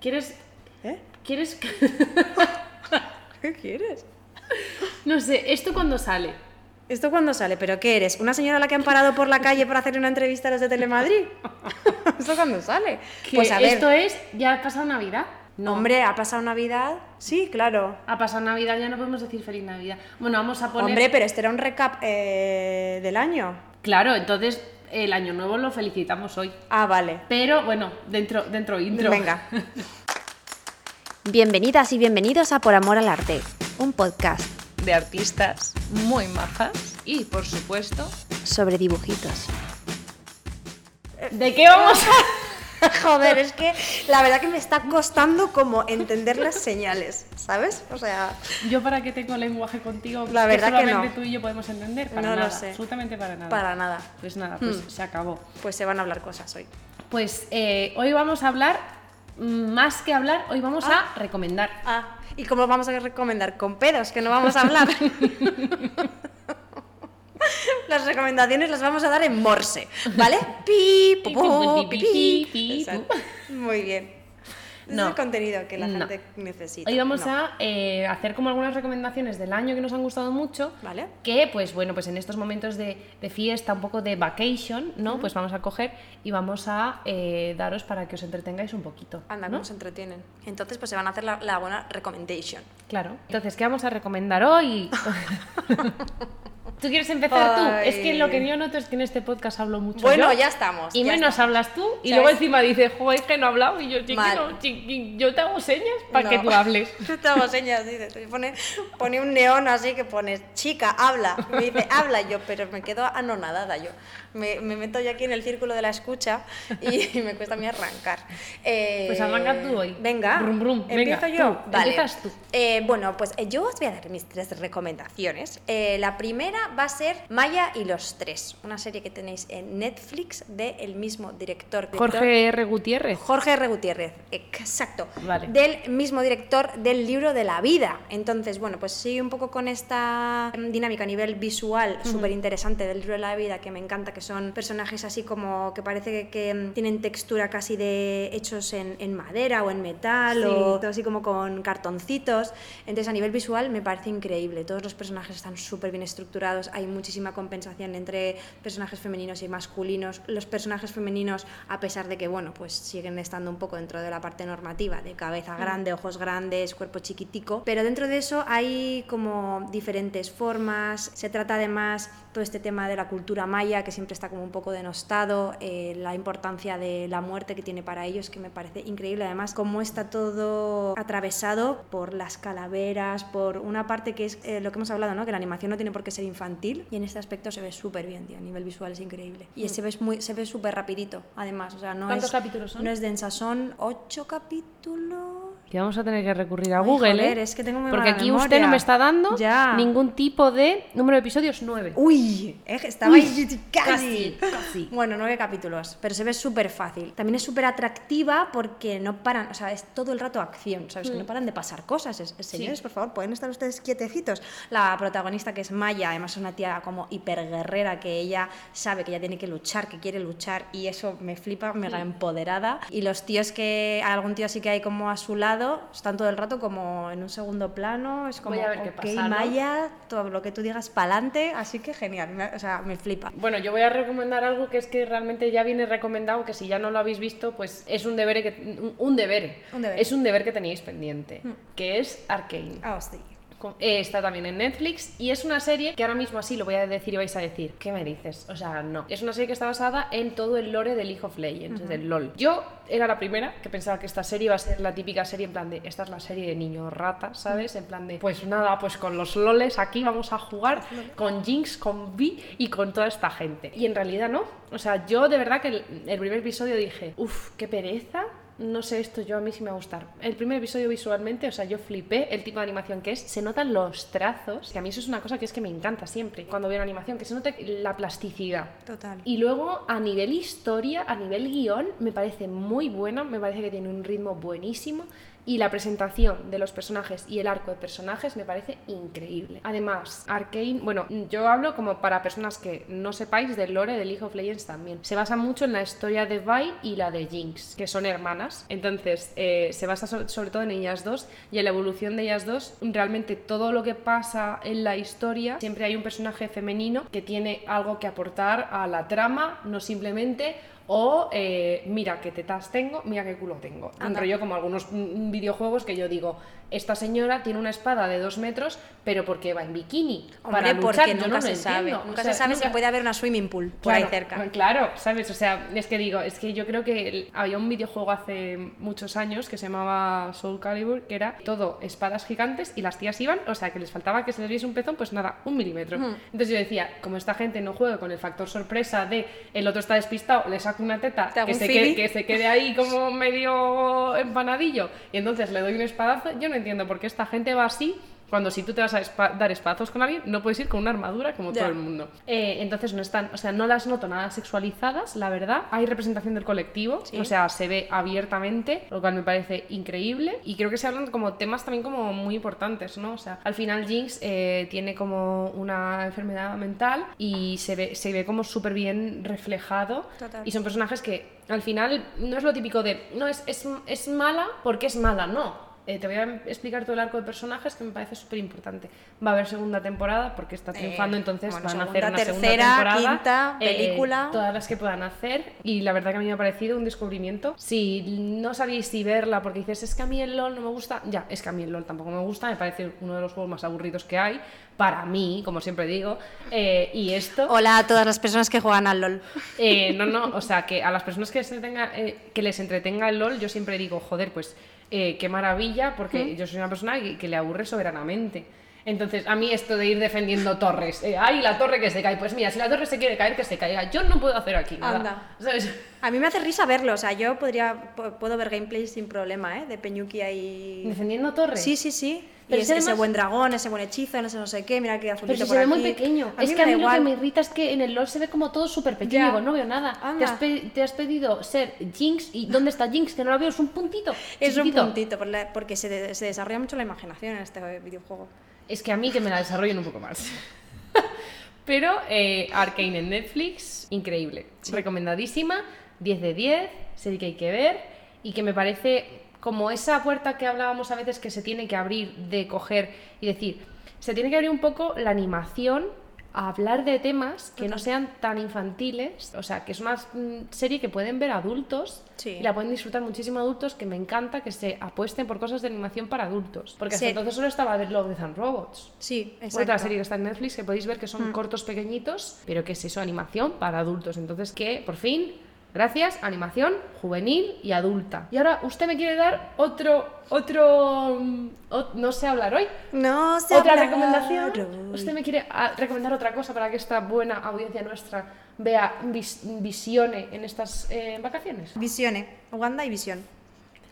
¿Quieres. ¿Eh? ¿Quieres.? ¿Qué quieres? no sé, ¿esto cuándo sale? ¿Esto cuándo sale? ¿Pero qué eres? ¿Una señora a la que han parado por la calle para hacerle una entrevista a los de Telemadrid? ¿Esto cuándo sale? Que Pues a ver, Esto es. ¿Ya ha pasado Navidad? No. hombre, ¿ha pasado Navidad? Sí, claro. Ha pasado Navidad, ya no podemos decir feliz Navidad. Bueno, vamos a poner. Hombre, pero este era un recap eh, del año. Claro, entonces el año nuevo lo felicitamos hoy. Ah, vale. Pero bueno, dentro, dentro intro. Venga. Bienvenidas y bienvenidos a Por Amor al Arte, un podcast de artistas muy majas y, por supuesto, sobre dibujitos. ¿De qué vamos a.? Joder, es que la verdad que me está costando como entender las señales, ¿sabes? O sea, Yo para qué tengo lenguaje contigo, La verdad que solamente no. tú y yo podemos entender. Para No lo nada, sé. absolutamente para nada. para nada. Pues nada, pues se acabó. Pues se van a hablar cosas hoy. Pues eh, hoy vamos a hablar, mm, más que hablar, hoy vamos a recomendar. Ah, ¿y cómo vamos a recomendar? Con pedos, que no vamos a hablar. las recomendaciones las vamos a dar en morse, ¿vale? Pi, pu, pu, pi, pi. Pi, pu. Exacto. Muy bien. Ese No. Es el contenido que la No. gente necesita. Hoy vamos No. a eh, hacer como algunas recomendaciones del año que nos han gustado mucho. Vale. Que, pues bueno, pues en estos momentos de, de fiesta, un poco de vacation, ¿no? Pues vamos a coger y vamos a eh, daros para que os entretengáis un poquito. Anda, pues. ¿no? cómo se entretienen. Entonces, pues se van a hacer la, la buena recommendation. Claro. Entonces, ¿qué vamos a recomendar hoy? ¿Tú quieres empezar tú? Es que lo que Ay. yo noto es que en este podcast hablo mucho. Bueno, yo, ya estamos. Y ya menos estamos. hablas tú, y Ya luego es. encima dices, joder, es que no he hablado, y yo, chiqui, Mal. no, chiqui, yo te hago señas para No. que tú hables. Yo te hago señas, dice. te Pone, pone un neón así que pone, chica, habla. Me dice, habla yo, pero me quedo anonadada yo. Me, me meto yo aquí en el círculo de la escucha y, me cuesta a mí arrancar. Eh, Pues arranca tú hoy. Venga. Brum, brum, Empiezo venga, yo. tú, Vale. empiezas tú. Eh, bueno, pues eh, yo os voy a dar mis tres recomendaciones. Eh, la primera va a ser Maya y los tres, una serie que tenéis en Netflix del mismo director. Jorge R. Gutiérrez. Jorge R. Gutiérrez, exacto. Vale. Del mismo director del libro de la vida. Entonces, bueno, pues sigue un poco con esta mm, dinámica a nivel visual súper interesante del libro de la vida que me encanta, que son personajes así como que parece que, que, mm, tienen textura casi de hechos en, en madera o en metal Sí. o todo así como con cartoncitos. Entonces, a nivel visual me parece increíble. Todos los personajes están súper bien estructurados, hay muchísima compensación entre personajes femeninos y masculinos. Los personajes femeninos, a pesar de que, bueno, pues siguen estando un poco dentro de la parte normativa, de cabeza grande, ojos grandes, cuerpo chiquitico, pero dentro de eso hay como diferentes formas. Se trata además todo este tema de la cultura maya, que siempre está como un poco denostado, eh, la importancia de la muerte que tiene para ellos, que me parece increíble. Además, cómo está todo atravesado por las calaveras, por una parte que es eh, lo que hemos hablado, ¿no? que la animación no tiene por qué ser infantil, y en este aspecto se ve súper bien, tío, a nivel visual es increíble. Y se ve es muy- se ve súper rapidito, además. O sea, no Mm. ¿Cuántos es, capítulos son? No es densa, son ocho capítulos. Que vamos a tener que recurrir a Ay, Google, joder, ¿eh? es que tengo muy Porque mala aquí memoria. usted no me está dando Ya. ningún tipo de número de episodios, nueve. Uy, eh, estaba Uy, ahí casi, casi. casi. Bueno, nueve capítulos, pero se ve súper fácil. También es súper atractiva porque no paran, o sea, es todo el rato acción, ¿sabes? Mm. Que no paran de pasar cosas. Es- es- señores, por favor, pueden estar ustedes quietecitos. La protagonista, que es Maya, además es una tía como hiperguerrera, que ella sabe que ella tiene que luchar, que quiere luchar, y eso me flipa, mega Mm. empoderada. Y los tíos que, hay algún tío así que hay como a su lado, están todo el rato como en un segundo plano, es como, Voy a ver qué "Ok, pasa, ¿no?". Maya, todo lo que tú digas pa'lante, así que genial, me- o sea, me flipa. Bueno, yo voy a recomendar algo que es que realmente ya viene recomendado, que si ya no lo habéis visto, pues es un deber que un- un deber, Un deber. Mm. es un deber que teníais pendiente, que es Arcane. Ah, hostia. Con- eh, está también en Netflix y es una serie que ahora mismo así lo voy a decir y vais a decir, ¿qué me dices? O sea, no. Es una serie que está basada en todo el lore del League of Legends, del LOL. Yo era la primera que pensaba que esta serie iba a ser la típica serie en plan de, esta es la serie de niño rata, ¿sabes? En plan de, pues nada, pues con los LOLes aquí vamos a jugar con Jinx, con Vi y con toda esta gente. Y en realidad no. O sea, yo de verdad que el, el primer episodio dije, uff, qué pereza no sé, esto yo a mí sí me va a gustar. El primer episodio visualmente, o sea, yo flipé el tipo de animación que es. Se notan los trazos, que a mí eso es una cosa que es que me encanta siempre cuando veo una animación, que se note la plasticidad. Total. Y luego, a nivel historia, a nivel guión, me parece muy buena, me parece que tiene un ritmo buenísimo. Y la presentación de los personajes y el arco de personajes me parece increíble. Además, Arkane, bueno, yo hablo como para personas que no sepáis del lore de League of Legends también. Se basa mucho en la historia de Vi y la de Jinx, que son hermanas. Entonces, eh, se basa so- sobre todo en ellas dos y en la evolución de ellas dos. Realmente todo lo que pasa en la historia, siempre hay un personaje femenino que tiene algo que aportar a la trama, no simplemente o eh, mira qué tetas tengo, mira qué culo tengo. Un Anda. rollo como algunos mm, videojuegos que yo digo, esta señora tiene una espada de dos metros, pero porque va en bikini. Hombre, para luchar, porque yo no nunca lo se sabe. entiendo. Nunca O sea, se sabe si nunca- puede haber una swimming pool por ahí cerca. Claro, ¿sabes? O sea, es que digo, es que yo creo que el- había un videojuego hace muchos años que se llamaba Soul Calibur, que era todo espadas gigantes y las tías iban, o sea, que les faltaba que se les diese un pezón, pues nada, un milímetro. Entonces yo decía, como esta gente no juega con el factor sorpresa de el otro está despistado, le saco una teta, Te hago que un se, fili. quede, que se quede ahí como medio empanadillo, y entonces le doy un espadazo, yo no entiendo por qué esta gente va así. Cuando si tú te vas a espa- dar espadazos con alguien, no puedes ir con una armadura como Ya. todo el mundo. Eh, entonces no están, o sea, no las noto nada sexualizadas, la verdad. Hay representación del colectivo, o sea, se ve abiertamente, lo cual me parece increíble. Y creo que se hablan como temas también como muy importantes, ¿no? O sea, al final Jinx eh, tiene como una enfermedad mental y se ve, se ve como súper bien reflejado. Total. Y son personajes que al final no es lo típico de, no, es, es, es mala porque es mala, no. Eh, te voy a explicar todo el arco de personajes que me parece súper importante. Va a haber segunda temporada porque está triunfando, Eh, entonces bueno, van a hacer segunda, una tercera, segunda temporada. quinta, eh, película. todas las que puedan hacer. Y la verdad que a mí me ha parecido un descubrimiento. Si no sabéis si verla porque dices, es que a mí el LOL no me gusta, ya, es que a mí el LOL tampoco me gusta, me parece uno de los juegos más aburridos que hay, para mí, como siempre digo. Eh, y esto... Hola a todas las personas que juegan al LOL. Eh, no, no, o sea, que a las personas que, se tenga, eh, que les entretenga el LOL, yo siempre digo, joder, pues eh, qué maravilla, porque yo soy una persona que, que le aburre soberanamente. Entonces, a mí esto de ir defendiendo torres, eh, ay, la torre que se cae, pues mira, si la torre se quiere caer, que se caiga, yo no puedo hacer aquí nada. Anda. ¿Sabes? A mí me hace risa verlo, o sea, yo podría, po- puedo ver gameplay sin problema, ¿eh? De Peñuki ahí... Defendiendo torres. Sí, sí, sí. Pero y es ese, además- ese buen dragón, ese buen hechizo, ese no sé qué, mira que azulito Pero si por se ve aquí. muy pequeño. A es mí que a me mí da lo que igual. me irrita es que en el LOL se ve como todo súper pequeño. Ya. Digo, no veo nada. Te Anda. has, pe- te has pedido ser Jinx y ¿dónde está Jinx? Que no la veo, es un puntito. Es un chiquitito. puntito, por la- porque se, de- se desarrolla mucho la imaginación en este videojuego. Es que a mí que me la desarrollen un poco más. Pero eh, Arcane en Netflix, increíble. Recomendadísima, 10 de 10, serie que hay que ver y que me parece como esa puerta que hablábamos a veces que se tiene que abrir de coger y decir, se tiene que abrir un poco la animación a hablar de temas que no sean tan infantiles, o sea, que es una mm, serie que pueden ver adultos Sí. y la pueden disfrutar muchísimo adultos, que me encanta que se apuesten por cosas de animación para adultos, porque hasta Sí. entonces solo estaba ver Love, Death and Robots. Sí, exacto. Mm. Otra serie que está en Netflix que podéis ver que son cortos pequeñitos, pero que es eso, animación para adultos. Entonces, que por fin, gracias, animación juvenil y adulta. Y ahora usted me quiere dar otro, otro, mm, ot- no sé hablar hoy. No sé Otra hablar recomendación. hoy. Usted me quiere ah, recomendar otra cosa para que esta buena audiencia nuestra vea, vis- visione en estas eh, vacaciones. Visione, Wanda y Visión.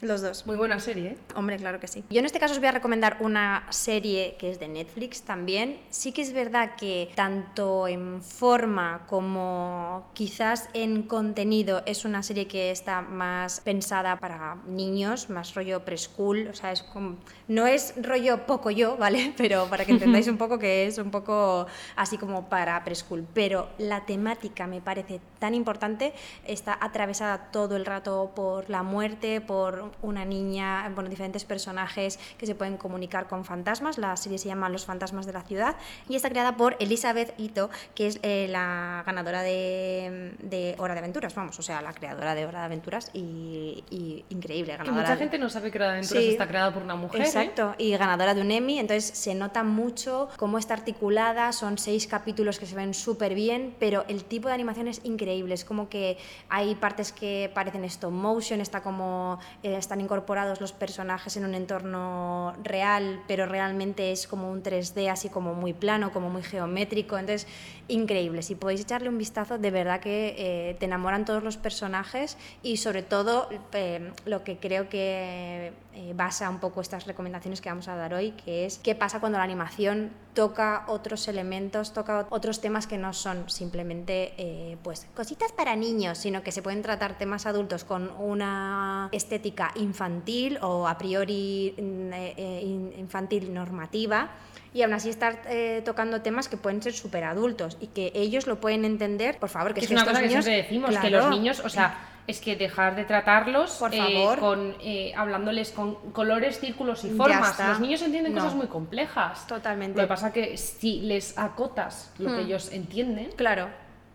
Los dos. Muy buena serie, ¿eh? Hombre, claro que sí. Yo en este caso os voy a recomendar una serie que es de Netflix también. Sí que es verdad que tanto en forma como quizás en contenido es una serie que está más pensada para niños, más rollo preschool, o sea, es como- no es rollo poco yo, ¿vale? Pero para que entendáis un poco que es un poco así como para preschool, pero la temática me parece tan importante, está atravesada todo el rato por la muerte, por una niña, bueno, diferentes personajes que se pueden comunicar con fantasmas, la serie se llama Los fantasmas de la ciudad y está creada por Elizabeth Ito, que es eh, la ganadora de, de Hora de Aventuras, vamos, o sea, la creadora de Hora de Aventuras y, y increíble Que ganadora. mucha de- gente no sabe que la aventura Sí. está creada por una mujer. ¿eh? Exacto, y ganadora de un Emmy, entonces se nota mucho cómo está articulada, son seis capítulos que se ven súper bien, pero el tipo de animación es increíble, es como que hay partes que parecen stop motion, está como eh, están incorporados los personajes en un entorno real, pero realmente es como un 3D así como muy plano, como muy geométrico, entonces increíble, si podéis echarle un vistazo, de verdad que eh, te enamoran todos los personajes y sobre todo eh, lo que creo que eh, basa un poco estas recomendaciones que vamos a dar hoy, que es qué pasa cuando la animación toca otros elementos, toca otros temas que no son simplemente eh, pues cositas para niños, sino que se pueden tratar temas adultos con una estética narrativa infantil o a priori mm, eh, eh, in- infantil normativa y aún así estar eh, tocando temas que pueden ser súper adultos y que ellos lo pueden entender, por favor, que Que es es una que estos cosa que niños- siempre decimos, que claro. los niños, o sea, es que dejar de tratarlos Por eh, favor. con, eh, hablándoles con colores, círculos y Ya formas. está. Los niños entienden No. cosas muy complejas. Totalmente. Lo Hmm. que pasa que si les acotas lo que ellos entienden, Claro,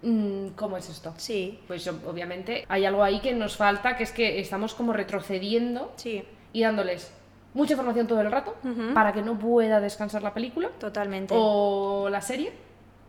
mm, ¿cómo es esto? sí, Pues ob- obviamente hay algo ahí que nos falta, que es que estamos como retrocediendo sí, y dándoles mucha información todo el rato Ujú. para que no pueda descansar la película totalmente. o la serie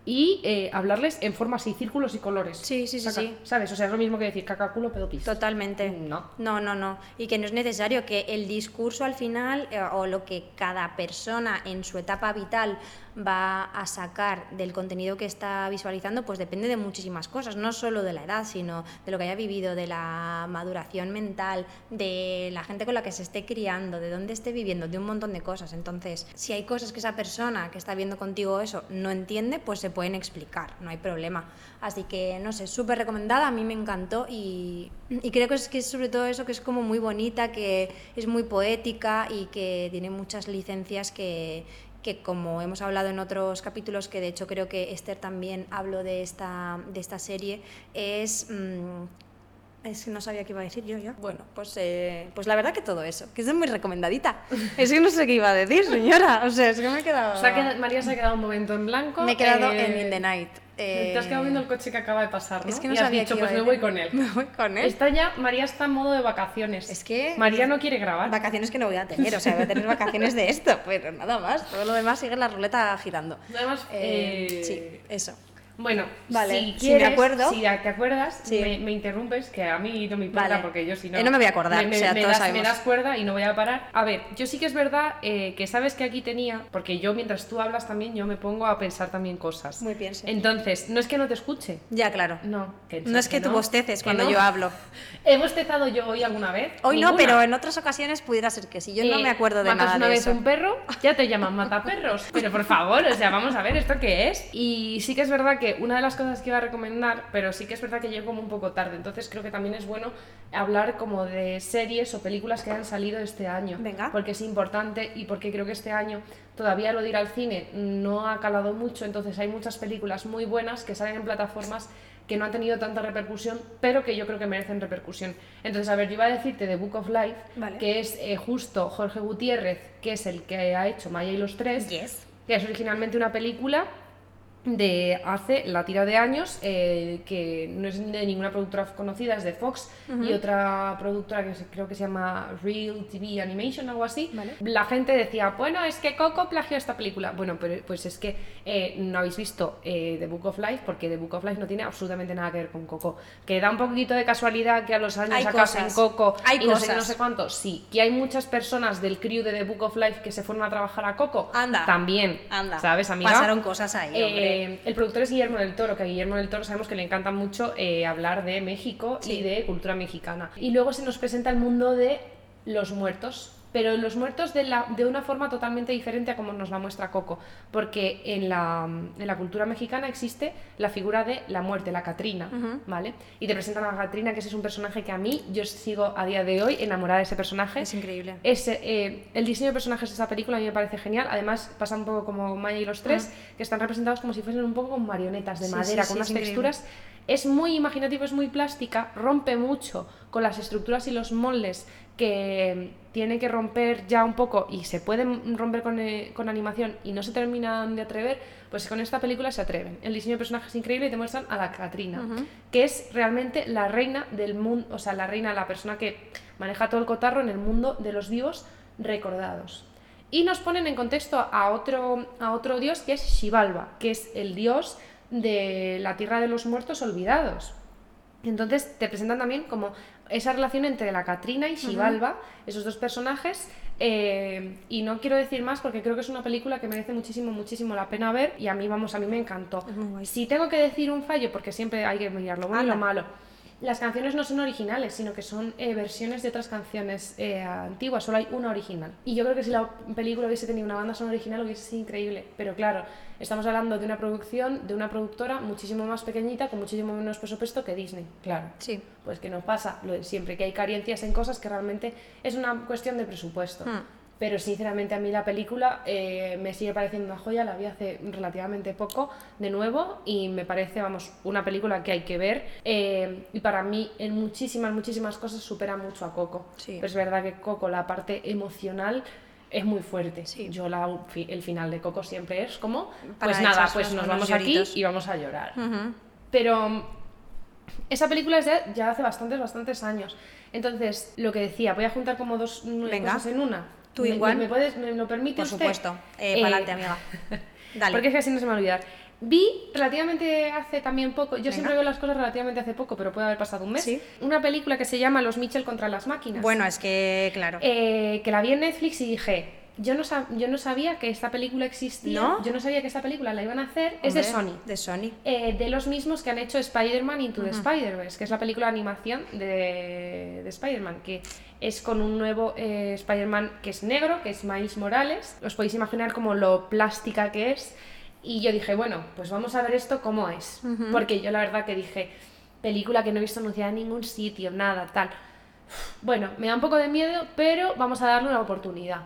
y eh, hablarles en formas y círculos y colores. Sí, sí, sí, sí. ¿Sabes? O sea, es lo mismo que decir caca, culo, pedo, pis. Totalmente. No. No, no, no. Y que no es necesario que el discurso al final eh, o lo que cada persona en su etapa vital va a sacar del contenido que está visualizando, pues depende de muchísimas cosas, no solo de la edad, sino de lo que haya vivido, de la maduración mental, de la gente con la que se esté criando, de dónde esté viviendo, de un montón de cosas. Entonces, si hay cosas que esa persona que está viendo contigo eso no entiende, pues se pueden explicar, no hay problema. Así que, no sé, súper recomendada, a mí me encantó y, y creo que es, que es sobre todo eso, que es como muy bonita, que es muy poética y que tiene muchas licencias que, que como hemos hablado en otros capítulos, que de hecho creo que Esther también habló de esta, de esta serie, es... mm, es que no sabía qué iba a decir yo ya. Bueno, pues, eh, pues la verdad que todo eso, que es muy recomendadita. Es que no sé qué iba a decir, señora. O sea, es que me he quedado... O sea, que María se ha quedado un momento en blanco. Me he quedado eh, en In the Night. Te has quedado viendo el coche que acaba de pasar, ¿no? Es que no y has sabía dicho, que iba pues a me voy ir". con él. Me voy con él. Está ya, María está en modo de vacaciones. Es que- María no quiere grabar. Vacaciones que no voy a tener, o sea, voy a tener vacaciones de esto, pero nada más. Todo lo demás sigue la ruleta girando. Nada más, Eh, eh, Sí, eso. Bueno, Vale, si si quieres, me acuerdo. si te acuerdas, Sí. me, me interrumpes, que a mí no me importa Vale. porque yo si no... Eh, no me voy a acordar, me, o sea, me todos das, me sabemos. das cuerda y no voy a parar. A ver, yo sí que es verdad eh, que sabes que aquí tenía, porque yo mientras tú hablas también, yo me pongo a pensar también cosas. Muy bien, sí. Entonces, no es que no te escuche. Ya, claro. No, que- No es que tú bosteces que cuando no. yo hablo. ¿He bostezado yo hoy alguna vez? Hoy no, Ninguna. pero en otras ocasiones pudiera ser que sí. Yo no Eh, me acuerdo de matas nada una de vez eso. un perro, ya te llaman mataperros. Pero por favor, o sea, vamos a ver esto qué es. Y sí que es verdad que una de las cosas que iba a recomendar, pero sí que es verdad que llego como un poco tarde. Entonces creo que también es bueno hablar como de series o películas que han salido este año. Venga. Porque es importante y porque creo que este año todavía lo de ir al cine no ha calado mucho. Entonces hay muchas películas muy buenas que salen en plataformas que no han tenido tanta repercusión, pero que yo creo que merecen repercusión. Entonces, a ver, yo iba a decirte de Book of Life, Vale. que es eh, justo Jorge Gutiérrez, que es el que ha hecho Maya y los tres, Yes. que es originalmente una película de hace la tira de años, eh, que no es de ninguna productora conocida, es de Fox y otra productora que se- creo que se llama Real TV Animation, algo así. Vale. La gente decía, bueno, es que Coco plagió esta película. Bueno, pero pues es que eh, no habéis visto eh, The Book of Life, porque The Book of Life no tiene absolutamente nada que ver con Coco. Que da un poquito de casualidad que a los años Hay sacasen cosas. Coco Hay y no sé, qué, cosas. no sé cuánto. Sí, que hay muchas personas del crew de The Book of Life que se fueron a trabajar a Coco. Anda. También. Anda. ¿Sabes, amiga? Pasaron cosas ahí, Eh, hombre. el productor es Guillermo del Toro, que a Guillermo del Toro sabemos que le encanta mucho eh, hablar de México y de cultura mexicana. Y luego se nos presenta el mundo de los muertos, pero los muertos de, la- de una forma totalmente diferente a como nos la muestra Coco, porque en la, en la cultura mexicana existe la figura de la muerte, la Catrina, ¿vale? Y te presentan a Catrina, que ese es un personaje que a mí, yo sigo a día de hoy enamorada de ese personaje. Es increíble. Ese, eh, el diseño de personajes de esa película a mí me parece genial. Además, pasa un poco como Maya y los tres, que están representados como si fuesen un poco como marionetas de Ah. Sí, madera, sí, sí, con unas es increíble. texturas. Es muy imaginativo, es muy plástica, rompe mucho con las estructuras y los moldes que tiene que romper ya un poco y se pueden romper con, eh, con animación y no se terminan de atrever, pues con esta película se atreven. El diseño de personajes es increíble y te muestran a la Catrina, que es realmente la reina del mundo, o sea, la reina, la persona que maneja todo el cotarro en el mundo de los vivos recordados. Y nos ponen en contexto a otro, a otro dios que es Shivalba, que es el dios de la tierra de los muertos olvidados. Entonces te presentan también como esa relación entre la Catrina y Shivalba, esos dos personajes. eh, y no quiero decir más porque creo que es una película que merece muchísimo, muchísimo la pena ver y a mí, vamos, a mí me encantó. muy guay. Si tengo que decir un fallo, porque siempre hay que mirar lo bueno y lo Anda. malo, las canciones no son originales, sino que son eh, versiones de otras canciones eh, antiguas, solo hay una original. Y yo creo que si la película hubiese tenido una banda sonora original hubiese sido increíble, pero claro, estamos hablando de una producción, de una productora muchísimo más pequeñita, con muchísimo menos presupuesto que Disney. Claro. Sí. Pues que nos pasa lo de siempre, que hay carencias en cosas que realmente es una cuestión de presupuesto. Hmm. Pero sinceramente a mí la película eh, me sigue pareciendo una joya, la vi hace relativamente poco de nuevo y me parece, vamos, una película que hay que ver eh, y para mí en muchísimas, muchísimas cosas supera mucho a Coco. Sí. Pero es verdad que Coco, la parte emocional es muy fuerte. Sí. Yo la, fi- el final de Coco siempre es como, Para pues nada, echarse pues nos unos buenos vamos aquí lloritos. y vamos a llorar. Ujú. Pero mm, esa película es de ya hace bastantes, bastantes años. Entonces, lo que decía, voy a juntar como dos mm, Venga. cosas en una. Tú ¿Me, igual. ¿Me, puedes, me lo permite Por usted? supuesto. Eh, Eh, pa'lante, amiga. Dale. Porque es que así no se me va a olvidar. Vi relativamente hace también poco, yo Venga. siempre veo las cosas relativamente hace poco, pero puede haber pasado un mes, Sí. una película que se llama Los Mitchell contra las máquinas. Bueno, es que, claro. Eh, que la vi en Netflix y dije, yo no, sab- yo no sabía que esta película existía, ¿No? yo no sabía que esta película la iban a hacer, es Hombre, de Sony. De Sony. Eh, de los mismos que han hecho Spider-Man Into the Spider-Verse, que es la película de animación de, de Spider-Man, que es con un nuevo eh, Spider-Man que es negro, que es Miles Morales. Os podéis imaginar como lo plástica que es. Y yo dije, bueno, pues vamos a ver esto cómo es. Porque yo la verdad que dije, película que no he visto anunciada en ningún sitio, nada, tal. Bueno, me da un poco de miedo, pero vamos a darle una oportunidad.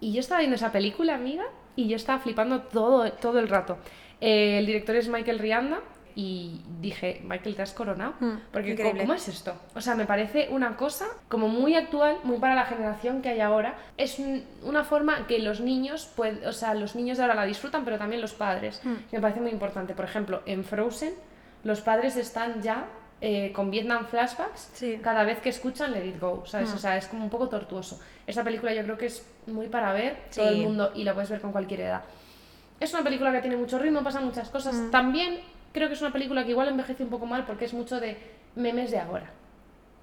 Y yo estaba viendo esa película, amiga, y yo estaba flipando todo, todo el rato. Eh, el director es Michael Rianda y dije, Michael, te has coronado. Mm, Porque co- increíble. Hmm. ¿cómo es esto? O sea, me parece una cosa como muy actual, muy para la generación que hay ahora. Es un- una forma que los niños, pueden, o sea, los niños de ahora la disfrutan, pero también los padres. Mm. Me parece muy importante. Por ejemplo, en Frozen, los padres están ya... eh, con Vietnam flashbacks Sí. Mm. cada vez que escuchan Let It Go, ¿sabes? O sea, es como un poco tortuoso. Esa película yo creo que es muy para ver todo Sí. el mundo y la puedes ver con cualquier edad. Es una película que tiene mucho ritmo, pasan muchas cosas. Mm. También creo que es una película que igual envejece un poco mal porque es mucho de memes de ahora.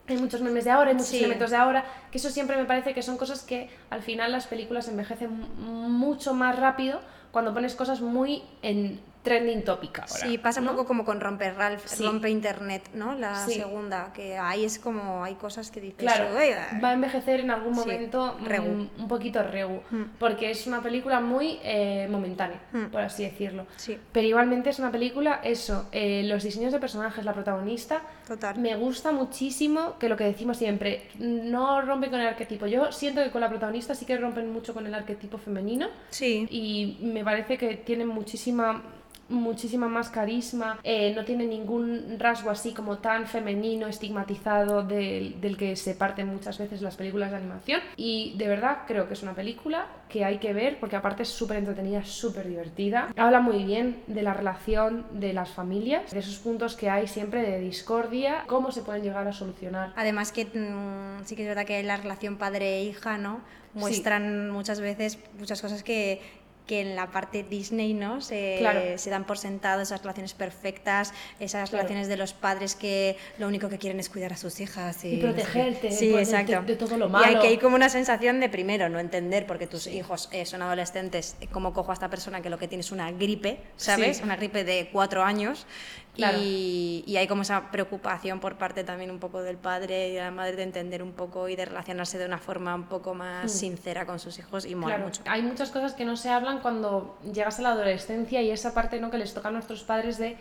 Hay muchos memes de ahora, hay muchos Sí. elementos de ahora, que eso siempre me parece que son cosas que al final las películas envejecen mu- mucho más rápido cuando pones cosas muy en trending topic ahora. Sí, pasa un poco como con Romper Ralph, Sí. Rompe Internet, ¿no? La Sí. segunda, que ahí es como hay cosas que dices, Claro, "Oiga". va a envejecer en algún eh, Sí, momento mm, regu. un poquito regu, Mm. porque es una película muy eh, momentánea, Mm. por así decirlo. Sí, Pero igualmente es una película, eso, eh, los diseños de personajes, la protagonista, total. me gusta muchísimo que lo que decimos siempre, no rompe con el arquetipo. Yo siento que con la protagonista sí que rompen mucho con el arquetipo femenino, Sí, y me parece que tiene muchísima muchísima más carisma, eh, no tiene ningún rasgo así como tan femenino, estigmatizado del, del que se parten muchas veces las películas de animación y de verdad creo que es una película que hay que ver porque aparte es súper entretenida, súper divertida, habla muy bien de la relación de las familias, de esos puntos que hay siempre de discordia, cómo se pueden llegar a solucionar. Además que mm, sí que es verdad que la relación padre-hija, ¿no? Muestran muchas veces muchas cosas que, que en la parte Disney, ¿no? Se, Claro. se dan por sentado esas relaciones perfectas, esas Claro. relaciones de los padres que lo único que quieren es cuidar a sus hijas y, Y protegerte, Sí, pues, de- exacto. de- de todo lo Y hay malo. que hay como una sensación de primero no entender porque tus hijos eh, son adolescentes, eh, cómo cojo a esta persona que lo que tiene es una gripe, ¿sabes? Sí. Una gripe de cuatro años. Claro. Y, y, y hay como esa preocupación por parte también un poco del padre y de la madre de entender un poco y de relacionarse de una forma un poco más sincera con sus hijos y mola Claro, mucho. Hay muchas cosas que no se hablan cuando llegas a la adolescencia y esa parte no que les toca a nuestros padres de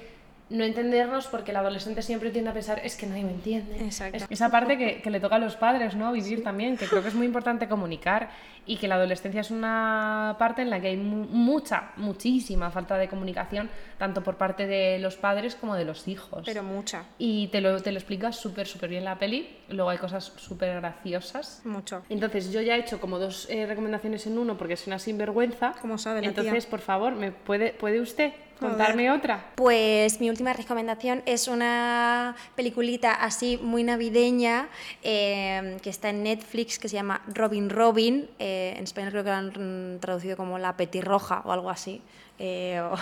no entendernos porque el adolescente siempre tiende a pensar es que nadie me entiende. Exacto. Es- esa parte que, que le toca a los padres, ¿no? Vivir también, que creo que es muy importante comunicar y que la adolescencia es una parte en la que hay mu- mucha, muchísima falta de comunicación, tanto por parte de los padres como de los hijos. Pero mucha, Y te lo, te lo explica súper, súper bien la peli. Luego hay cosas súper graciosas. mucho. Entonces yo ya he hecho como dos eh, recomendaciones en uno porque es una sinvergüenza. Como sabe la Entonces, tía. por favor, ¿me puede, puede usted contarme otra? Pues mi última recomendación es una peliculita así muy navideña eh, que está en Netflix que se llama Robin Robin. eh, en español creo que la han mm, traducido como La Petirroja o algo así. eh, o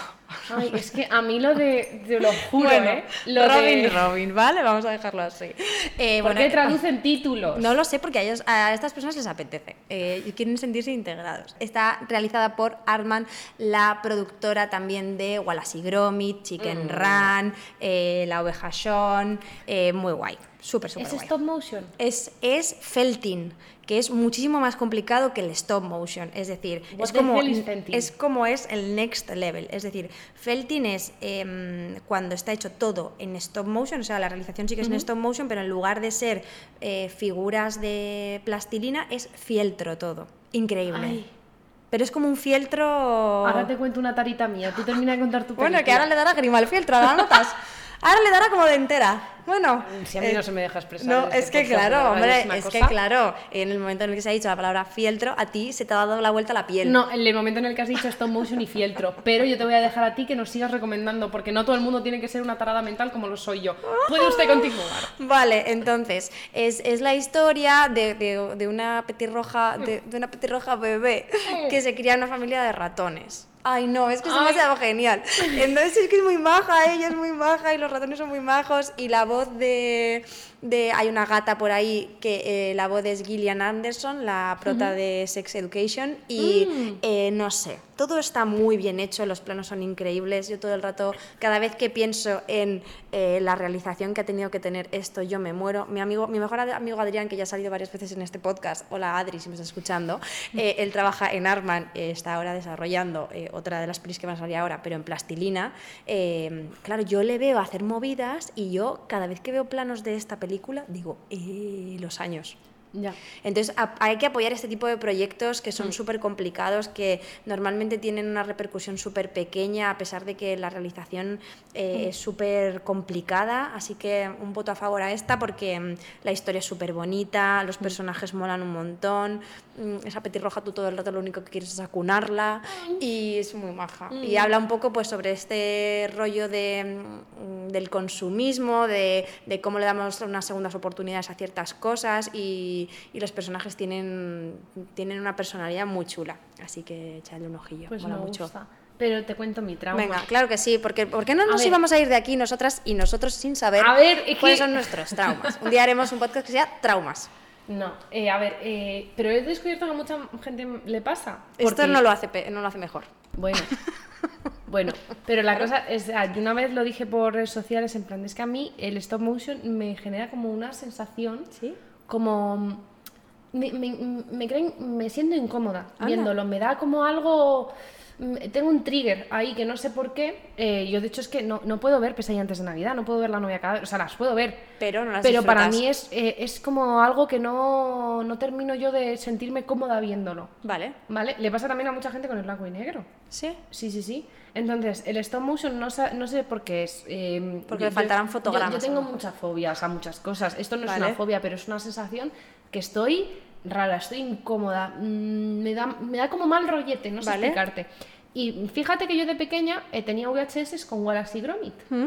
Ay, es que a mí lo de. Te lo juro, ¿eh? Lo Robin, de- Robin, ¿vale? Vamos a dejarlo así. Eh, ¿Por bueno, qué traducen títulos? No lo sé porque a, ellos, a estas personas les apetece eh, y quieren sentirse integrados. Está realizada por Arman, la productora también de Wallace y Gromit, Chicken Run, eh, La Oveja Sean, eh, muy guay, súper, súper ¿Es guay. stop motion? Es, es felting, que es muchísimo más complicado que el stop motion. Es decir, What es the como, hell is felting? es como es el next level. Es decir, felting es em, cuando está hecho todo en stop motion, o sea, la realización sí que es en stop motion, pero en lugar de ser eh, figuras de plastilina, es fieltro todo. Increíble. Ay. Pero es como un fieltro. Oh. Ahora te cuento una tarita mía. Tú termina de contar tu Bueno, que película. ahora le dará grima al fieltro, ahora notas. Ahora le dará como de entera. Bueno. Si a mí no se me deja expresar Eh, No, en este es podcast, que de claro, verdad, hombre, es una es que cosa. claro, en el momento en el que se ha dicho la palabra fieltro, a ti se te ha dado la vuelta la piel. No, en el momento en el que has dicho stop motion y fieltro. Pero yo te voy a dejar a ti que nos sigas recomendando, porque no todo el mundo tiene que ser una tarada mental como lo soy yo. Ah. Puede usted continuar. Vale, entonces, es, es la historia de, de- de una petirroja, de, de una petirroja bebé que se cría en una familia de ratones. Ay, no, es que es demasiado genial. Entonces es que es muy maja, ella es muy maja y los ratones son muy majos y la voz de... de- hay una gata por ahí que eh, la voz es Gillian Anderson, la prota de Sex Education y eh, no sé, todo está muy bien hecho, los planos son increíbles, yo todo el rato, cada vez que pienso en eh, la realización que ha tenido que tener esto, yo me muero. Mi amigo, mi mejor ad- amigo Adrián, que ya ha salido varias veces en este podcast, hola Adri, si me estás escuchando, eh, él trabaja en Arman, eh, está ahora desarrollando eh, otra de las pelis que van a salir ahora, pero en plastilina. Eh, claro, yo le veo hacer movidas y yo cada vez que veo planos de esta película digo, "Eh, los años. Ya. Entonces a- hay que apoyar este tipo de proyectos que son súper complicados, que normalmente tienen una repercusión súper pequeña, a pesar de que la realización eh, es súper complicada. Así que un voto a favor a esta porque mm, la historia es súper bonita, los personajes molan un montón, mm, esa petirroja tú todo el rato lo único que quieres es acunarla y es muy maja. Mm. Y habla un poco pues sobre este rollo de, mm, del consumismo, de, de cómo le damos unas segundas oportunidades a ciertas cosas y, y los personajes tienen, tienen una personalidad muy chula. Así que echadle un ojillo. Pues mola me mucho. gusta. Pero te cuento mi trauma. Venga, claro que sí, porque ¿por qué no nos ver. íbamos a ir de aquí nosotras y nosotros sin saber A ver, es cuáles que- son nuestros traumas? Un día haremos un podcast que sea traumas. No, eh, a ver, eh, pero he descubierto que a mucha gente le pasa. Esto Porque- no lo, hace, pe- no lo hace mejor. Bueno, bueno, pero la cosa es, ah, yo una vez lo dije por redes sociales, en plan, es que a mí el stop motion me genera como una sensación, ¿Sí? como... Me, me, me creen- me siento incómoda Anda. viéndolo, me da como algo... mm, Tengo un trigger ahí que no sé por qué. eh, yo de hecho es que no, no puedo ver Pesadilla antes de Navidad, no puedo ver La novia cadáver, o sea, las puedo ver. Pero no las Pero para disfrutas. mí es, eh, es como algo que no, no termino yo de sentirme cómoda viéndolo. Vale. ¿Vale? Le pasa también a mucha gente con el blanco y negro. ¿Sí? Sí, sí, sí. Entonces, el stop motion no, sa- no sé por qué es. eh, Porque le faltarán yo- fotogramas, Yo, a tengo lo mejor. muchas fobias a muchas cosas. Esto no Vale. es una fobia, pero es una sensación que estoy rara, estoy incómoda. mm, me, da, me da como mal rollete, no sé Vale. explicarte. Y fíjate que yo de pequeña eh, tenía VHS con Wallace y Gromit. Mm.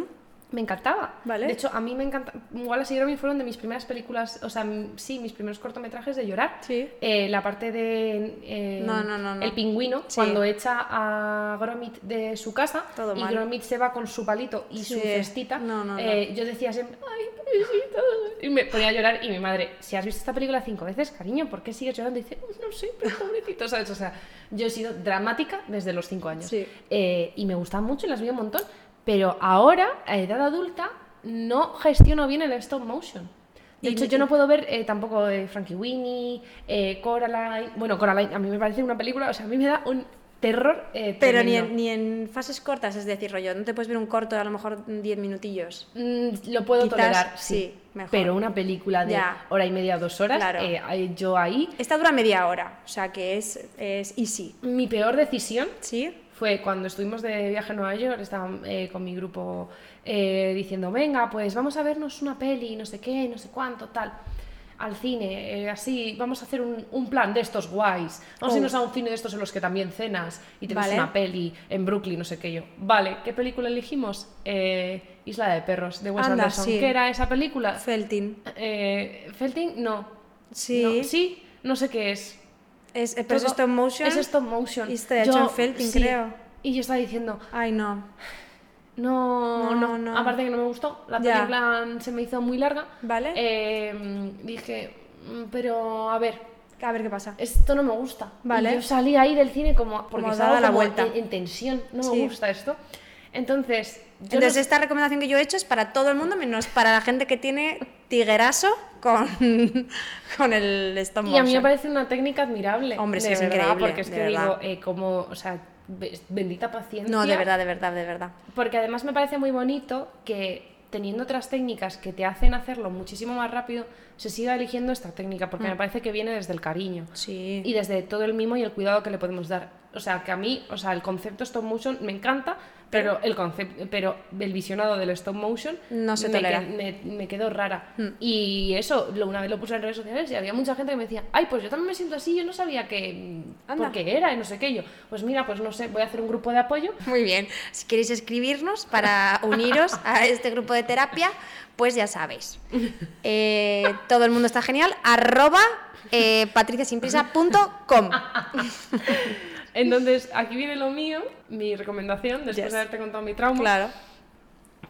Me encantaba. Vale. De hecho, a mí me encanta. Wallace y Gromit fueron de mis primeras películas, o sea, m- sí, mis primeros cortometrajes de llorar. Sí. Eh, la parte de. eh, No, no, no, no. El pingüino, Sí. cuando echa a Gromit de su casa Todo y mal. Gromit se va con su palito y su Sí. cestita. No, no, no. eh, yo decía siempre, ay, pobrecito. Y me ponía a llorar y mi madre, si has visto esta película cinco veces, cariño, ¿por qué sigues llorando? Y dice, "Pues no sé, pero pobrecito, ¿sabes? O sea, yo he sido dramática desde los cinco años. Sí. Eh, y me gustan mucho y las vi un montón. Pero ahora, a edad adulta, no gestiono bien el stop motion. De Y hecho, me- yo no puedo ver eh, tampoco eh, Frankie Winnie, eh, Coraline. Bueno, Coraline a mí me parece una película, o sea, a mí me da un terror. eh, Pero ni tremendo. en, ni en fases cortas, es decir, rollo, no te puedes ver un corto de a lo mejor 10 minutillos. Mm, lo puedo Quizás, tolerar, sí. sí, mejor. Pero una película de Ya. hora y media, dos horas, Claro. eh, eh, yo ahí. Esta dura media hora, o sea que es, es easy. Mi peor decisión ¿Sí? fue cuando estuvimos de viaje a Nueva York, estaba eh, con mi grupo eh, diciendo, venga, pues vamos a vernos una peli, no sé qué, no sé cuánto, tal, al cine, eh, así, vamos a hacer un, un plan de estos guays, vamos Oh. a irnos a un cine de estos en los que también cenas y te Vale. ves una peli en Brooklyn, no sé qué yo. Vale, ¿qué película elegimos? Eh, Isla de Perros, de Wes Anda, Anderson. sí. ¿Qué era esa película? Felting. Eh, Felting, no. Sí. No, sí, no sé qué es. Es, eh, pero es Todo- stop motion. Es stop motion. Y está hecho en Felting, creo. Y yo estaba diciendo, Ay, no. no, no, No, no. Aparte que no me gustó. La peli Ya. en plan se me hizo muy larga. Vale. Eh, dije, "Mm, pero a ver, A ver qué pasa. esto no me gusta. Vale. Y yo salí ahí del cine como porque Como estaba dada la como vuelta. En, en tensión. No Sí. me gusta esto. Entonces, yo Entonces, no- esta recomendación que yo he hecho es para todo el mundo, menos para la gente que tiene tiguerazo con, con el stop Y a mí me motion. parece una técnica admirable. Hombre, es de que es verdad, increíble, Porque es de que digo, verdad. eh, como, o sea, be- bendita paciencia. No, de verdad, de verdad, de verdad. Porque además me parece muy bonito que teniendo otras técnicas que te hacen hacerlo muchísimo más rápido, se siga eligiendo esta técnica, porque me parece que viene desde el cariño. Mm. Sí. Y desde todo el mimo y el cuidado que le podemos dar. O sea, que a mí, o sea, el concepto stop motion me encanta, pero el concepto, pero el visionado del stop motion No se me, tolera. Mm. que- me, me quedó rara. Y eso, lo- una vez lo puse en redes sociales y había mucha gente que me decía, ay, pues yo también me siento así, yo no sabía que Anda. por qué era y no sé qué. Y yo, pues mira, pues no sé, voy a hacer un grupo de apoyo Muy bien. Si queréis escribirnos para uniros a este grupo de terapia, pues ya sabéis. Eh, todo el mundo está genial. Arroba eh, patriciasinprisa.com. Entonces, aquí viene lo mío, mi recomendación, después Yes. de haberte contado mi trauma, Claro.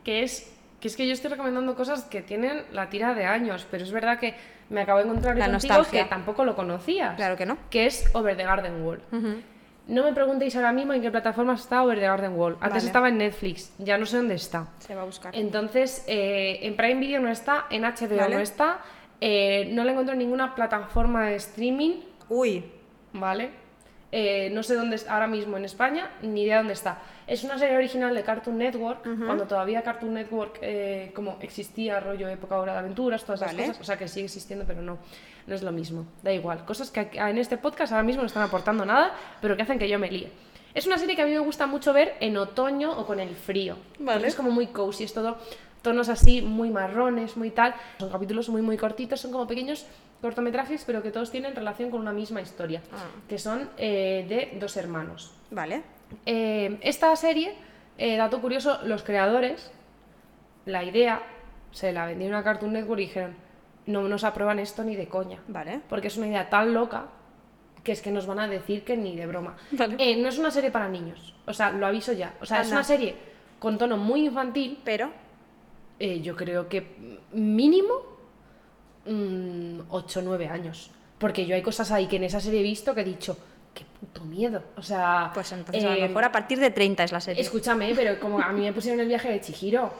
que es que es que yo estoy recomendando cosas que tienen la tira de años, pero es verdad que me acabo de encontrar La contigo nostalgia. que tampoco lo conocías. Claro que no. Que es Over the Garden Wall. No me preguntéis ahora mismo en qué plataforma está Over the Garden Wall. Antes Vale. estaba en Netflix, ya no sé dónde está. Se va a buscar. Entonces, eh, en Prime Video no está, en HBO Vale. no está, eh, no la encuentro en ninguna plataforma de streaming. Uy. ¿vale? Eh, no sé dónde es ahora mismo en España, ni idea dónde está. Es una serie original de Cartoon Network, cuando todavía Cartoon Network eh, como existía, rollo época hora de aventuras, todas esas Vale. cosas, o sea que sigue existiendo, pero no, no es lo mismo, da igual. Cosas que aquí- en este podcast ahora mismo no están aportando nada, pero que hacen que yo me líe. Es una serie que a mí me gusta mucho ver en otoño o con el frío. Vale. Es como muy cozy, es todo tonos así muy marrones, muy tal. Son capítulos muy muy cortitos, son como pequeños cortometrajes, pero que todos tienen relación con una misma historia, Ah. que son eh, de dos hermanos. Vale. Eh, esta serie, eh, dato curioso, los creadores, la idea, se la vendieron a Cartoon Network y dijeron, no nos aprueban esto ni de coña Vale. porque es una idea tan loca que es que nos van a decir que ni de broma. Vale. Eh, no es una serie para niños, o sea, lo aviso ya. O sea, es Anda. una serie con tono muy infantil, Pero. eh, yo creo que mínimo 8 o 9 años. Porque yo hay cosas ahí que en esa serie he visto que he dicho, qué puto miedo. O sea, Pues entonces a lo eh, mejor a partir de 30 es la serie. Escúchame, pero como a mí me pusieron el viaje de Chihiro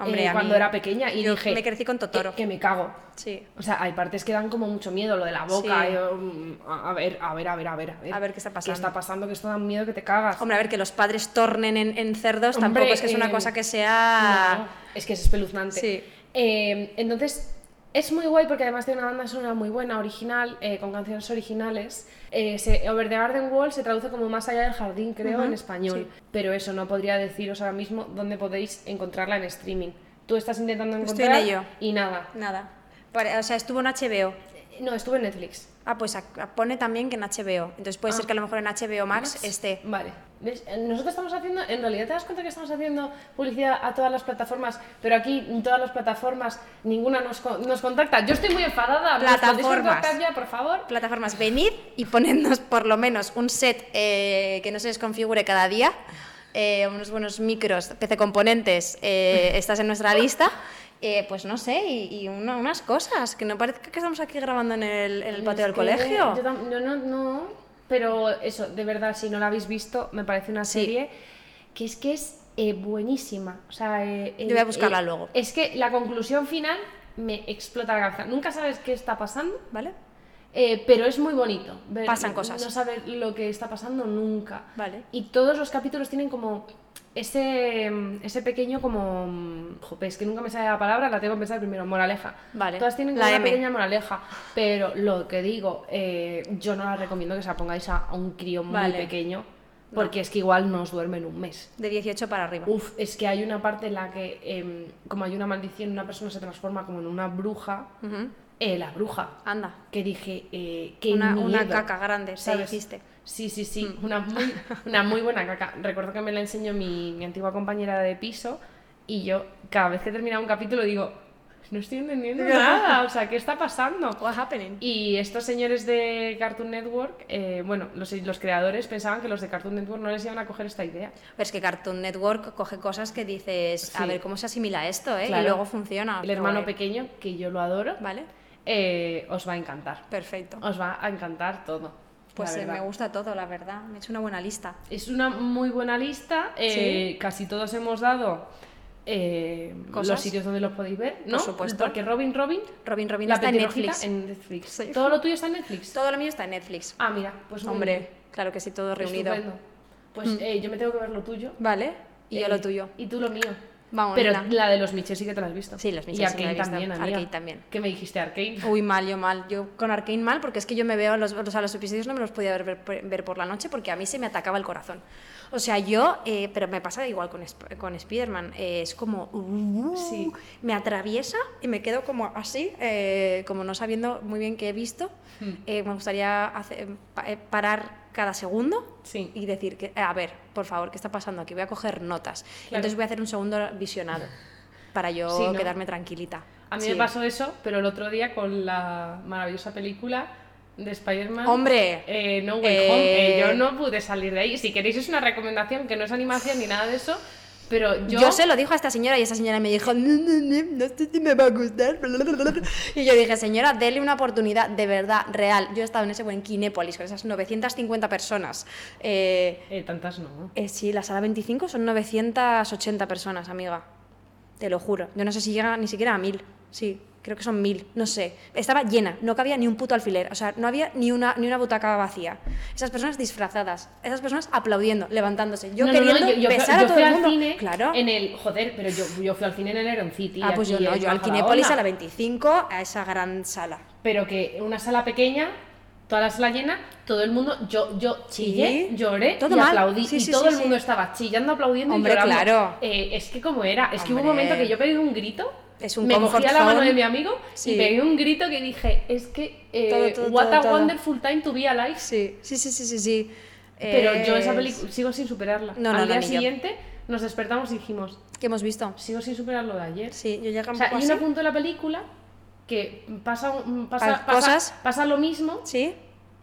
Hombre, eh, a mí- cuando era pequeña y yo dije, me crecí con Totoro. "Eh, que me cago. Sí. O sea, hay partes que dan como mucho miedo, lo de la boca. Sí. eh, um, a a ver, a ver, a ver, a ver. A ver qué está pasando. ¿Qué está pasando? Que esto da un miedo que te cagas. Hombre, a ver, que los padres tornen en, en cerdos Hombre, tampoco es que es una eh, cosa que No, sea. es que es espeluznante. Sí. Eh, entonces, es muy guay porque además tiene una banda sonora muy buena, original, eh, con canciones originales. Eh, se- Over the Garden Wall se traduce como Más allá del jardín, creo, en español. Pero eso no podría deciros ahora mismo dónde podéis encontrarla en streaming. Tú estás intentando Estoy en encontrarla ello. y nada. Nada. Pare- O sea, estuvo en HBO. No, estuve en Netflix. Ah, pues ac- pone también que en HBO. Entonces puede Ah. ser que a lo mejor en HBO Max, esté. Vale. ¿Ves? Eh, Nosotros estamos haciendo, en realidad te das cuenta que estamos haciendo publicidad a todas las plataformas, pero aquí en todas las plataformas ninguna nos, co- nos contacta. Yo estoy muy enfadada. ¿Nos podéis Plataformas. contactar ya, por favor? Plataformas, venid y ponednos por lo menos un set eh, que no se desconfigure cada día, eh, unos buenos micros, PC componentes, eh, estás en nuestra lista. eh, pues no sé, y, y una- unas cosas, que no parezca que estamos aquí grabando en el, en el Es patio del que colegio. Yo, tam- yo no, no, pero eso, de verdad, si no la habéis visto, me parece una Sí. serie que es que es eh, buenísima. O sea, eh, eh, Yo voy a buscarla eh, luego. Es que la conclusión final me explota la cabeza. Nunca sabes qué está pasando. ¿Vale? Eh, pero es muy bonito. ver- Pasan cosas. No saber lo que está pasando nunca. Vale. Y todos los capítulos tienen como ese, ese pequeño como... Jope, es que nunca me sale la palabra, la tengo que pensar primero. Moraleja. Vale. Todas tienen como La una M. pequeña moraleja. Pero lo que digo, eh, yo no la recomiendo que se la pongáis a, a un crío muy Vale. pequeño. Porque es que igual no os duerme en un mes. De 18 para arriba. Uf, es que hay una parte en la que, em, como hay una maldición, una persona se transforma como en una bruja. Ujú. Eh, la bruja Anda. que dije, eh, qué Una- miedo. una caca grande, te hiciste. Sí, sí, sí, Mm. una, muy, una muy buena caca. Recuerdo que me la enseñó mi, mi antigua compañera de piso y yo cada vez que terminaba un capítulo digo, no estoy entendiendo nada, o sea, ¿qué está pasando? What's happening? Y estos señores de Cartoon Network, eh, bueno, los, los creadores pensaban que los de Cartoon Network no les iban a coger esta idea. Pero es que Cartoon Network coge cosas que dices, a Sí. ver cómo se asimila esto, ¿eh? Claro. Y luego funciona. El hermano Guay. pequeño, que yo lo adoro, Vale, eh, os va a encantar. perfecto. Os va a encantar todo. Pues la eh, me verdad. gusta todo, la verdad. Me he hecho una buena lista. Es una muy buena lista. eh, Casi todos hemos dado eh, Cosas. los sitios donde los podéis ver, ¿no? Por supuesto. Porque Robin Robin, Robin Robin la está en petirrojita, Netflix. en Netflix. Sí. Todo lo tuyo está en Netflix. Todo lo mío está en Netflix. Ah, mira, pues muy Hombre, bien. claro que sí, todo reunido. Estupendo. Pues eh, yo me tengo que ver lo tuyo. Vale, y yo eh, lo tuyo. Y tú lo mío. Vamos, Pero Nina. la de los Michels sí que te la has visto. Sí, los Mitchell Y sí me la Arcane he visto. también, amiga. Arcane también. Que me dijiste Arcane. Uy, mal, yo mal. Yo con Arkane mal, porque es que yo me veo, los, o sea, los episodios no me los podía ver, ver, ver por la noche porque a mí se me atacaba el corazón. O sea, yo, eh, pero me pasa igual con, Sp- con Spider-Man, eh, es como, uh, Sí. me atraviesa y me quedo como así, eh, como no sabiendo muy bien qué he visto. Eh, me gustaría hacer- pa- eh, parar cada segundo Sí. y decir, que, a ver, por favor, ¿qué está pasando aquí? Voy a coger notas. Claro. Entonces voy a hacer un segundo visionado para yo Sí, ¿no? quedarme tranquilita. A mí Sí. me pasó eso, pero el otro día con la maravillosa película de Spider-Man. Hombre. eh, no Way Eh. Home. Eh, yo no pude salir de ahí. Si queréis, es una recomendación que no es animación ni nada de eso. Pero yo. Yo se lo dijo a esta señora y esta señora me dijo, no, no, no, no sé si me va a gustar. bla, bla, bla, bla". Y yo dije, señora, dele una oportunidad de verdad, real. Yo he estado en ese buen Kinépolis con esas 950 personas. Eh, Eh, tantas no. eh, sí, la sala 25 son 980 personas, amiga. Te lo juro. Yo no sé si llega ni siquiera a mil. Sí, creo que son mil. No sé. Estaba llena. No cabía ni un puto alfiler. O sea, no había ni una, ni una butaca vacía. Esas personas disfrazadas. Esas personas aplaudiendo, levantándose. Yo No, no, no, queriendo besar yo a todo fui el al mundo. cine claro. en el joder pero yo, yo fui al cine en el Eron City Ah, pues aquí yo no, es yo al bajo Kinépolis onda. a la 25, a esa gran sala. pero que una sala pequeña, toda la sala llena, todo el mundo, yo, yo chillé, Sí. lloré Todo y mal. aplaudí. Sí, y sí, todo sí, el sí. mundo estaba chillando, aplaudiendo Hombre, y llorando. claro. Eh, es que como era, es que hubo un Hombre. momento que yo pegué un grito. Es un me comfort cogía la mano zone. de mi amigo Sí. y pegué un grito que dije, es que eh, Todo, todo, what todo, a todo. wonderful time to be alive. Sí, sí, sí, sí, sí. sí. Pero yo esa Es- película sigo sin superarla. No, no, Al no, día ni yo. siguiente nos despertamos y dijimos, ¿Qué hemos visto? sigo sin superar lo de ayer. Sí, yo O llegaba un sea, poco hay un así. punto de la película que pasa, un- Pa- pasa, pasa- cosas. pasa lo mismo ¿Sí?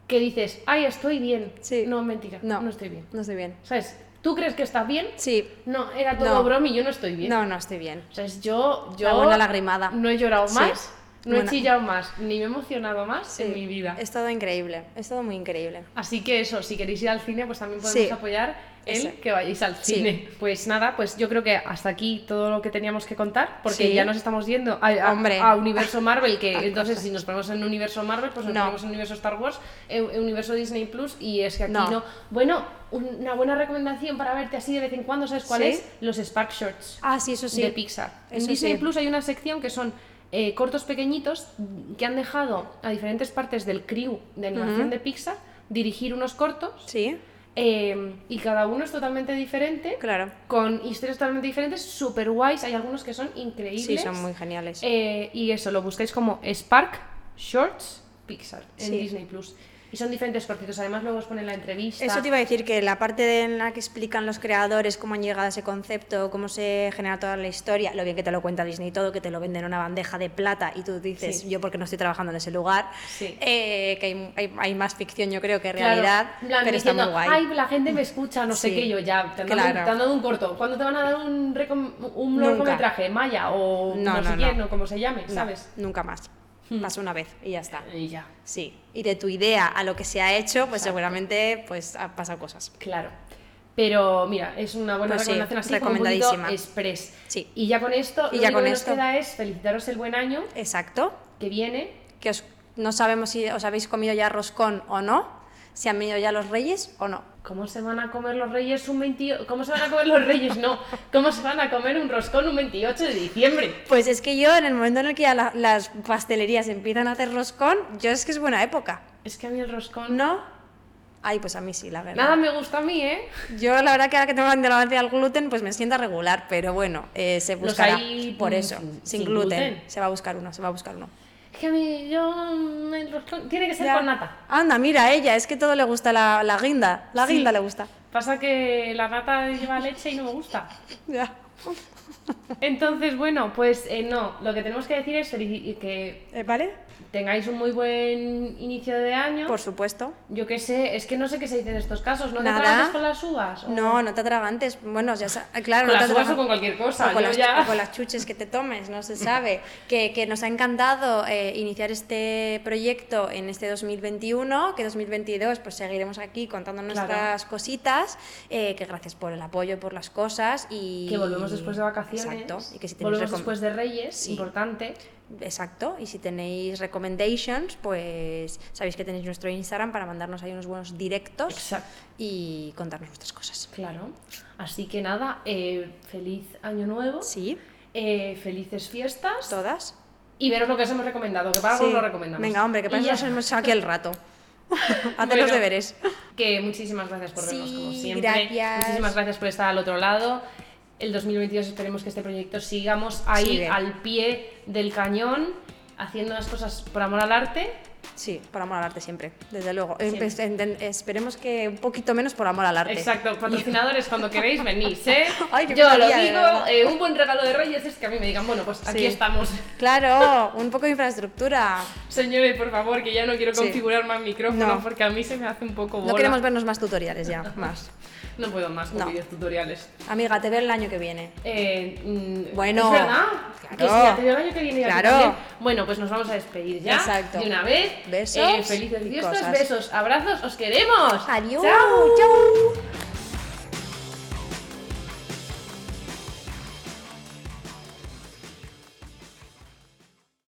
que dices, ay, estoy bien. Sí. No, mentira, No. no, estoy bien. No estoy bien. ¿Sabes? ¿Tú crees que estás bien? Sí. No, era No. todo broma y yo no estoy bien. No, no estoy bien. O sea, es yo, yo La buena lagrimada. no he llorado Sí. más, no he Buena- chillado más, ni me he emocionado más Sí. en mi vida. Es todo increíble. Es todo muy increíble. Así que eso, si queréis ir al cine, pues también podemos Sí. apoyar el Ese. que vayáis al Sí. cine. Pues nada, pues yo creo que hasta aquí todo lo que teníamos que contar, porque Sí. ya nos estamos yendo a, a- Hombre. a Universo Marvel, que entonces si nos ponemos en Universo Marvel, pues nos No. ponemos en Universo Star Wars, en, en Universo Disney Plus, y es que aquí No. no. Bueno, una buena recomendación para verte así de vez en cuando, ¿sabes cuál Sí. es? Los Spark Shorts Ah, sí, eso sí. de Pixar. Eso en Disney sí. Plus hay una sección que son eh, cortos pequeñitos que han dejado a diferentes partes del crew de animación de Pixar dirigir unos cortos Sí, eh, y cada uno es totalmente diferente, claro. con historias totalmente diferentes, super guays, hay algunos que son increíbles. Sí, son muy geniales. Eh, y eso, lo buscáis como Spark Shorts Pixar en Sí. Disney Plus. Y son diferentes cortitos, además luego os ponen la entrevista. Eso te iba a decir que la parte en la que explican los creadores cómo han llegado a ese concepto, cómo se genera toda la historia, lo bien que te lo cuenta Disney y todo, que te lo venden en una bandeja de plata y tú dices, Sí. yo porque no estoy trabajando en ese lugar, Sí. eh, que hay, hay- hay más ficción yo creo que Claro, realidad, en plan, pero está diciendo, muy guay. Ay, la gente me escucha, no sé Sí, qué, yo ya, te han, dado, claro. te han dado un corto. ¿Cuándo te van a dar un, recom- un Nunca. largometraje? Maya o No, no, sé no, quién no. o como se llame, No, ¿sabes? Hmm. Eh, Nunca más. Pasa una vez y ya está. Y ya, Sí. Y de tu idea a lo que se ha hecho, pues seguramente pues han pasado cosas. claro. Pero mira, es una buena Pues sí, recomendación así como un poquito recomendadísima. express. Sí. Y ya con esto, Y lo ya único con que esto. nos queda es felicitaros el buen año Exacto. que viene. que os- no sabemos si os habéis comido ya roscón o no, si han venido ya los reyes o no. ¿Cómo se van a comer los reyes un 28? ¿Cómo se van a comer los reyes? No. ¿Cómo se van a comer un roscón un 28 de diciembre? Pues es que yo, en el momento en el que ya la- las pastelerías empiezan a hacer roscón, yo es que es buena época, Es que a mí el roscón... ¿no? Ay, pues a mí sí, la verdad. Nada me gusta a mí, ¿eh? Yo, la verdad, que ahora que tengo la intolerancia al gluten, pues me sienta regular, pero bueno, eh, se Los buscará. hay, Por mm, eso, sin, sin- sin gluten. gluten. Se va a buscar uno, se va a buscar uno. Es que a mí, yo. mm, el roscón- Tiene que ser Ya. con nata. Anda, mira, ella, es que todo le gusta la, la guinda. La Sí. guinda le gusta. Pasa que la nata lleva leche y no me gusta. Ya. Entonces, bueno, pues eh, no, lo que tenemos que decir es felici- que Eh, ¿Vale? tengáis un muy buen inicio de año. Por supuesto. Yo qué sé, es que no sé qué se dice en estos casos, ¿no? Nada. ¿Te trabajas con las uvas? ¿O No, no te atragantes. Bueno, ya sa- claro, Con no te las uvas o atragan- con cualquier cosa, O con, yo las, ya- o con las chuches que te tomes, no se sabe. que, que nos ha encantado eh, iniciar este proyecto en este 2021, que 2022 pues seguiremos aquí contando Claro. nuestras cositas, eh, que gracias por el apoyo, por las cosas y... Que volvemos después de vacaciones. Exacto. Y que si tenéis volvemos recom- después de Reyes, Sí. importante. Exacto, y si tenéis recommendations, pues sabéis que tenéis nuestro Instagram para mandarnos ahí unos buenos directos Exacto. y contarnos vuestras cosas. Claro. Así que nada, eh, feliz año nuevo. Sí, eh, felices fiestas. todas. Y veros lo que os hemos recomendado, que para algo Sí. os lo recomendamos. Venga, hombre, que Y para eso ya. nos hemos echado aquí el rato. Haz Bueno, los deberes. Que muchísimas gracias por Sí, vernos como siempre. gracias. Muchísimas gracias por estar al otro lado. El 2022 esperemos que este proyecto sigamos ahí Sigue. al pie del cañón, haciendo las cosas por amor al arte. Sí, por amor al arte siempre, desde luego. Siempre. Empe- enten- Esperemos que un poquito menos por amor al arte. Exacto, patrocinadores, cuando queréis venís, ¿eh? Ay, qué Yo lo maravilla, de digo, verdad. eh, un buen regalo de Reyes es que a mí me digan, bueno, pues aquí Sí. estamos. Claro, un poco de infraestructura. Señores, por favor, que ya no quiero Sí. configurar más micrófono No. porque a mí se me hace un poco bola. No queremos vernos más tutoriales ya, más. No puedo más con No. vídeos tutoriales. Amiga, te veo el año que viene. Eh, mm, Bueno, ¿Es verdad? claro. Que sí, ya te veo el año que viene. y a ti Claro. también. Bueno, pues nos vamos a despedir ya. Exacto. De una vez. Besos Eh, felices y fiestas, cosas. besos, abrazos, os queremos. Adiós. Chao. Chao.